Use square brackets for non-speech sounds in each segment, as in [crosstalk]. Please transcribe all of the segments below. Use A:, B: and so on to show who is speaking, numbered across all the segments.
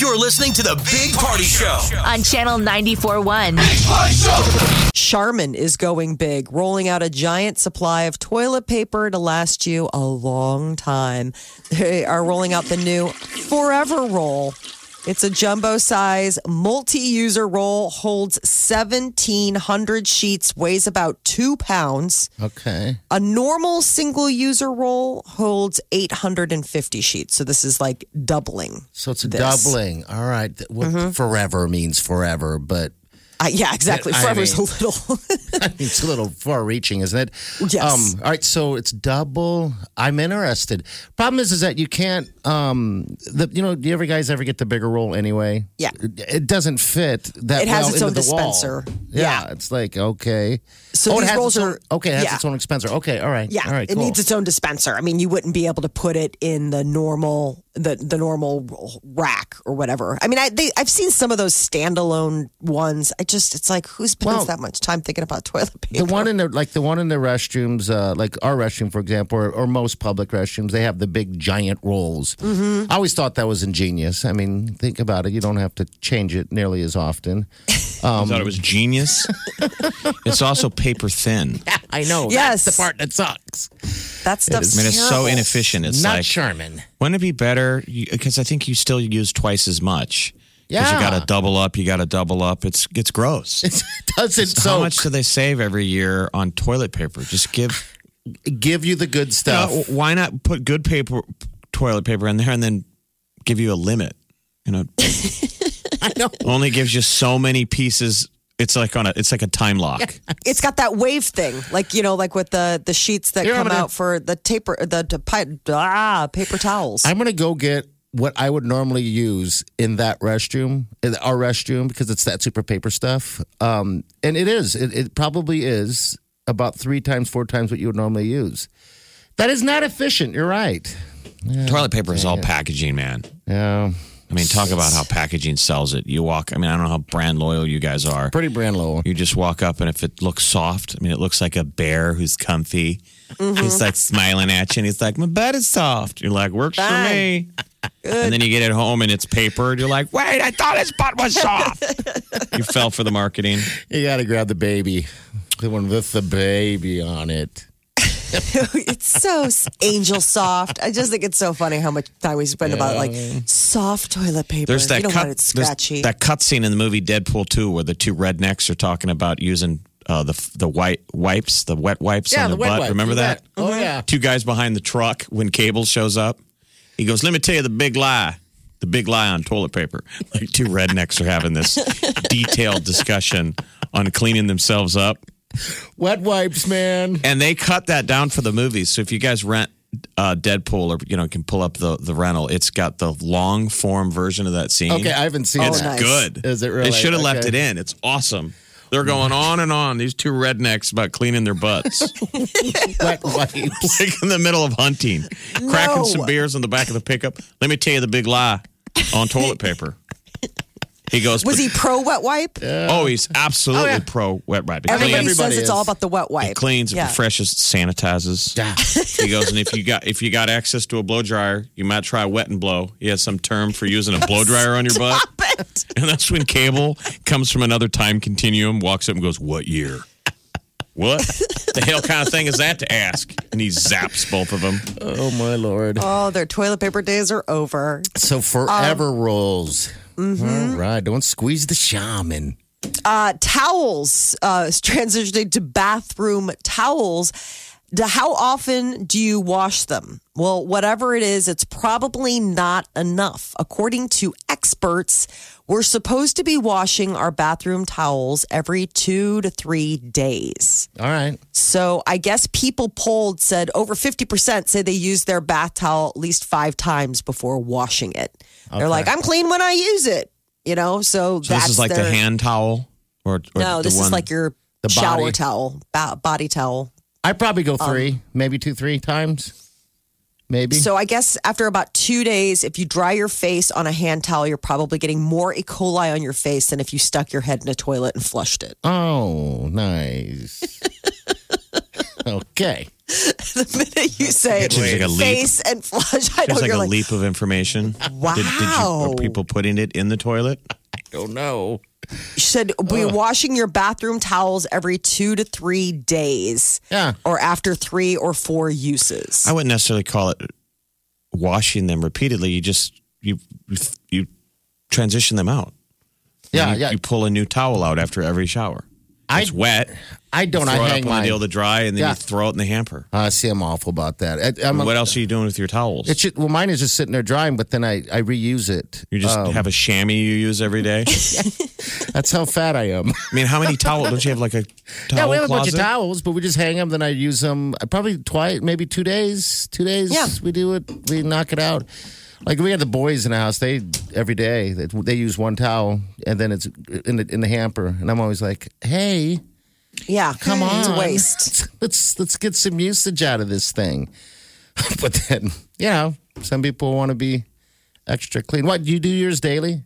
A: You're listening to the Big Party Show.
B: on Channel 941.
C: Charmin is going big, rolling out a giant supply of toilet paper to last you a long time. They are rolling out the new Forever Roll. It's a jumbo size multi user roll, holds 1,700 sheets, weighs about two pounds.
D: Okay.
C: A normal single user roll holds 850 sheets. So this is like doubling.
D: So it's a
C: this. Mm-hmm.
D: doubling. All right. Th- Well, Forever means forever, but [laughs]
C: Uh, yeah, exactly.
D: I
C: Forever's
D: mean-
C: a little.
D: it's a little far reaching, isn't it?
C: Yes.
D: Um, all right. So it's double. I'm interested. Problem is, is that you can't, um, the, you know, do you ever guys ever get the bigger roll anyway?
C: Yeah.
D: It, it doesn't fit that
C: It has
D: well
C: its
D: into
C: own
D: the wall.
C: dispenser.
D: Yeah,
C: Yeah.
D: It's like, okay.
C: So
D: oh, it
C: these
D: has
C: rolls
D: its own,
C: are-
D: okay. It has
C: yeah.
D: its own dispenser. Okay. All right.
C: Yeah,
D: All right.
C: it
D: cool.
C: needs its own dispenser. I mean, you wouldn't be able to put it in the normal the the normal rack or whatever. I mean, I they, I've seen some of those standalone ones. I just it's like who spends
D: Well,
C: that much time thinking about toilet
D: the
C: paper?
D: one in the like the one in the restrooms, uh, like our restroom, for example, or, or most public restrooms, they have the big giant rolls. Mm-hmm. I always thought that was ingenious. I mean, think about it; you don't have to change it nearly as often.
E: I thought it was
D: [laughs]
E: genius. it's also paper thin.
D: I know.
C: Yes.
D: that's the part that sucks.
C: that stuff's
E: I mean, it's so
C: terrible.
E: inefficient. It's
D: Not
E: like,
D: Sherman. [laughs]
E: wouldn't it be better? Because I think you still use twice as much. 'Cause you
D: Yeah.
E: got to double up. You got to double up. It's it's gross.
D: It doesn't
E: How
D: so
E: much do they save every year on toilet paper? Just give.
D: [laughs] give you the good stuff.
E: You know, why not put good paper, toilet paper in there, and then give you a limit? You know,
D: [laughs] I know.
E: only gives you so many pieces. It's like on a. It's like a time lock.
C: It's got that wave thing, like you know, like with the the sheets that
D: Here, I'm
C: come
D: gonna-
C: out for the taper the, the pi, ah, paper towels.
D: I'm gonna go get what I would normally use in that restroom, in our restroom, because it's that super paper stuff. Um, and it is, it, it probably is about three times, four times what you would normally use. That is not efficient. You're right.
E: toilet paper is all packaging, man.
D: Yeah,
E: I mean, talk about how packaging sells it. You walk, I mean, I don't know how brand loyal you guys are.
D: pretty brand low.
E: You just walk up, and if it looks soft, I mean, it looks like a bear who's comfy. He's like smiling at you, and he's like, My bed is soft. You're like, Works for me. And then you get it home, and it's paper, and you're like, Wait, I thought his butt was soft. you fell for the marketing.
D: You gotta grab the baby, the one with the baby on it.
C: [laughs] it's so s- angel soft. I just think it's so funny how much time we spend about like soft toilet paper.
E: There's that
C: you don't
E: cut.
C: want it
E: there's
C: scratchy.
E: That cut scene in the movie Deadpool 2 where the two rednecks are talking about using uh, the the white wipes, the wet wipes on the,
D: wet
E: butt.
D: wipe.
E: Remember
D: You
E: that? Uh-huh.
D: bet. Oh yeah.
E: Two guys behind the truck when Cable shows up. He goes, "Let me tell you the big lie." The big lie on toilet paper. [laughs] Like two rednecks are having this detailed discussion on cleaning themselves up.
D: Wet wipes, man.
E: And they cut that down for the movies. So if you guys rent uh, Deadpool or you know can pull up the, the rental, it's got the long form version of that scene.
D: Okay, I haven't seen
E: It's
D: that.
C: nice.
E: good.
D: Is it really?
E: They should have left it
D: Okay.
E: in. It's awesome. They're going on and on. These two rednecks about cleaning their butts,
D: [laughs] Wet
E: [laughs]
C: [laughs]
D: wipes.
E: like in the middle of hunting, cracking some beers on the back of the pickup. Let me tell you the big lie on toilet paper. He goes.
C: Was
E: "But-
C: he pro wet wipe?
E: Oh, he's absolutely
D: Oh, yeah.
E: pro wet wipe. He
C: Everybody,
E: cleans-
D: Everybody
C: says
D: is.
C: it's all about the wet wipe.
E: It cleans, it
C: Yeah.
E: refreshes, sanitizes.
D: Yeah.
E: He goes, and if you got if you got access to a blow dryer, you might try wet and blow. He has some term for using a blow dryer
C: [laughs]
E: on your butt,
C: But
E: and that's when Cable comes from another time continuum, walks up and goes, "What year? What the hell kind of thing is that to ask?" And he zaps both of them.
D: Oh my lord.
C: oh, their toilet paper days are over.
D: So forever rolls. All right, don't squeeze the shaman.
C: Uh, towels uh, is transitioning to bathroom towels. Do- How often do you wash them? Well, whatever it is, it's probably not enough. According to experts, we're supposed to be washing our bathroom towels every two to three days.
D: All right.
C: So I guess people polled said over 50% say they use their bath towel at least five times before washing it. They're like, I'm clean when I use it. You know, so,
E: So
C: that's
E: this is like
C: their,
E: the hand towel, or, or
C: No,
E: the
C: this
E: one-
C: is like your
D: The
C: shower
D: body.
C: towel, bo- body towel.
D: I probably go three, maybe two, three times. Maybe.
C: So I guess after about two days, if you dry your face on a hand towel, you're probably getting more E. coli on your face than if you stuck your head in a toilet and flushed it. [laughs]
D: oh, nice. [laughs] okay.
C: the minute you say
E: It seems like a leap.
C: face and flush, I know
E: [laughs] It's like
C: you're
E: a
C: like,
E: leap of information. Wow. Did, you,
C: Wow.
E: are people putting it in the toilet? Oh,
D: Don't know.
C: you should be washing your bathroom towels every two to three days
D: Yeah.
C: or after three or four uses.
E: I wouldn't necessarily call it washing them repeatedly. You just you you, you transition them out.
D: Yeah,
E: you,
D: yeah.
E: You pull a new towel out after every shower.
D: I-
E: It's wet.
D: I don't.
E: throw
D: I
E: it
D: hang
E: up on the deal
D: mine.
E: to dry, and then
D: Yeah.
E: you throw it in the hamper.
D: I see. I'm awful about that. I, I'm a-
E: what else are you doing with your towels?
D: It should, well, mine is just sitting there drying, but then I, I reuse it.
E: you just
D: Um,
E: have a chamois you use
D: [laughs]
E: every day.
D: that's how fat I am.
E: I mean, how many towels? Don't you have like a towel
D: yeah, we have a bunch of
E: closet?
D: towels, but we just hang them. Then I use them uh, probably twice, maybe two days. Two days,
C: Yeah.
D: we do it. We knock it out. Like we had the boys in the house. They every day they, they use one towel, and then it's uh, in the in the hamper. And I'm always like, hey,
C: yeah,
D: come on,
C: it's a waste.
D: [laughs] Let's let's get some usage out of this thing. [laughs] but then you know, some people want to be extra clean. What do you do yours daily,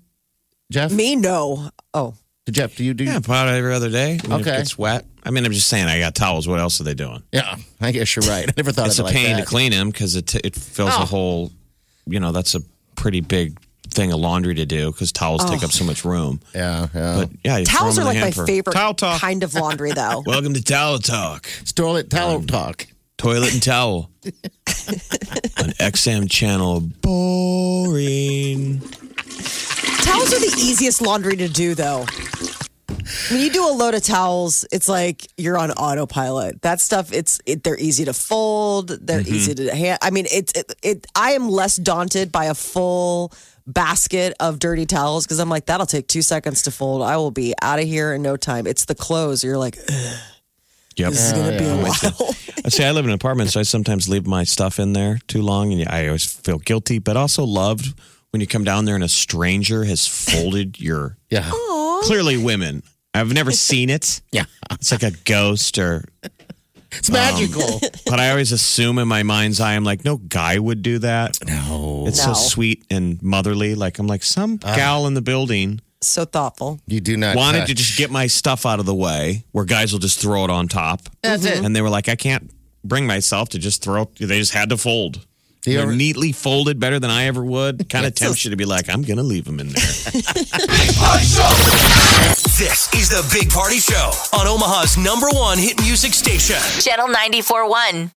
D: Jeff?
C: Me no. Oh,
D: Jeff, do you do?
E: Yeah, about every other day. I mean,
D: Okay.
E: If it's wet. I mean, I'm just saying, I got towels. What else are they doing?
D: Yeah, I guess you're right. I never thought
E: it's
D: of
E: a
D: it like
E: pain
D: that.
E: to clean them because it, it fills
D: Oh.
E: a whole, you know, that's a pretty big thing of laundry to do because towels take up so much room.
D: Yeah, yeah.
E: But yeah, you throw
C: Oh. towels are
E: them in
C: like my
E: the hamper.
C: favorite
E: Towel talk.
C: kind of laundry,
E: [laughs]
C: though.
E: Welcome to Towel Talk.
D: It's toilet towel talk.
E: Toilet
C: [laughs]
E: and towel. On XM channel. Boring.
C: Towels are the easiest laundry to do, though. When you do a load of towels, it's like you're on autopilot. That stuff, it's it, they're easy to fold. They're easy to hand. I mean, it's it, it. I am less daunted by a full basket of dirty towels because I'm like, that'll take two seconds to fold. I will be out of here in no time. It's the clothes. You're like, "Ugh,
E: Yep.
C: this is gonna be a while. [laughs]
E: I See, I live in an apartment, so I sometimes leave my stuff in there too long, and I always feel guilty, but also loved when you come down there and a stranger has folded your.
D: Yeah,
E: Oh. Clearly, women. I've never seen it.
D: yeah.
E: It's like a ghost, or.
D: It's magical.
E: But I always assume in my mind's eye, I'm like, no guy would do that.
D: no,
E: It's
C: No.
E: so sweet and motherly. Like, I'm like, some gal in the building
C: so thoughtful.
D: you do not.
E: wanted to
D: touch.
E: just get my stuff out of the way where guys will just throw it on top.
D: That's it.
E: And they were like, I can't bring myself to just throw. They just had to fold.
D: Do you
E: They're
D: ever-
E: neatly folded better than I ever would. Kind of tempts you to be like, I'm going to leave them in there.
A: This is the Big Party Show on Omaha's number one hit music station.
B: Channel 94.1.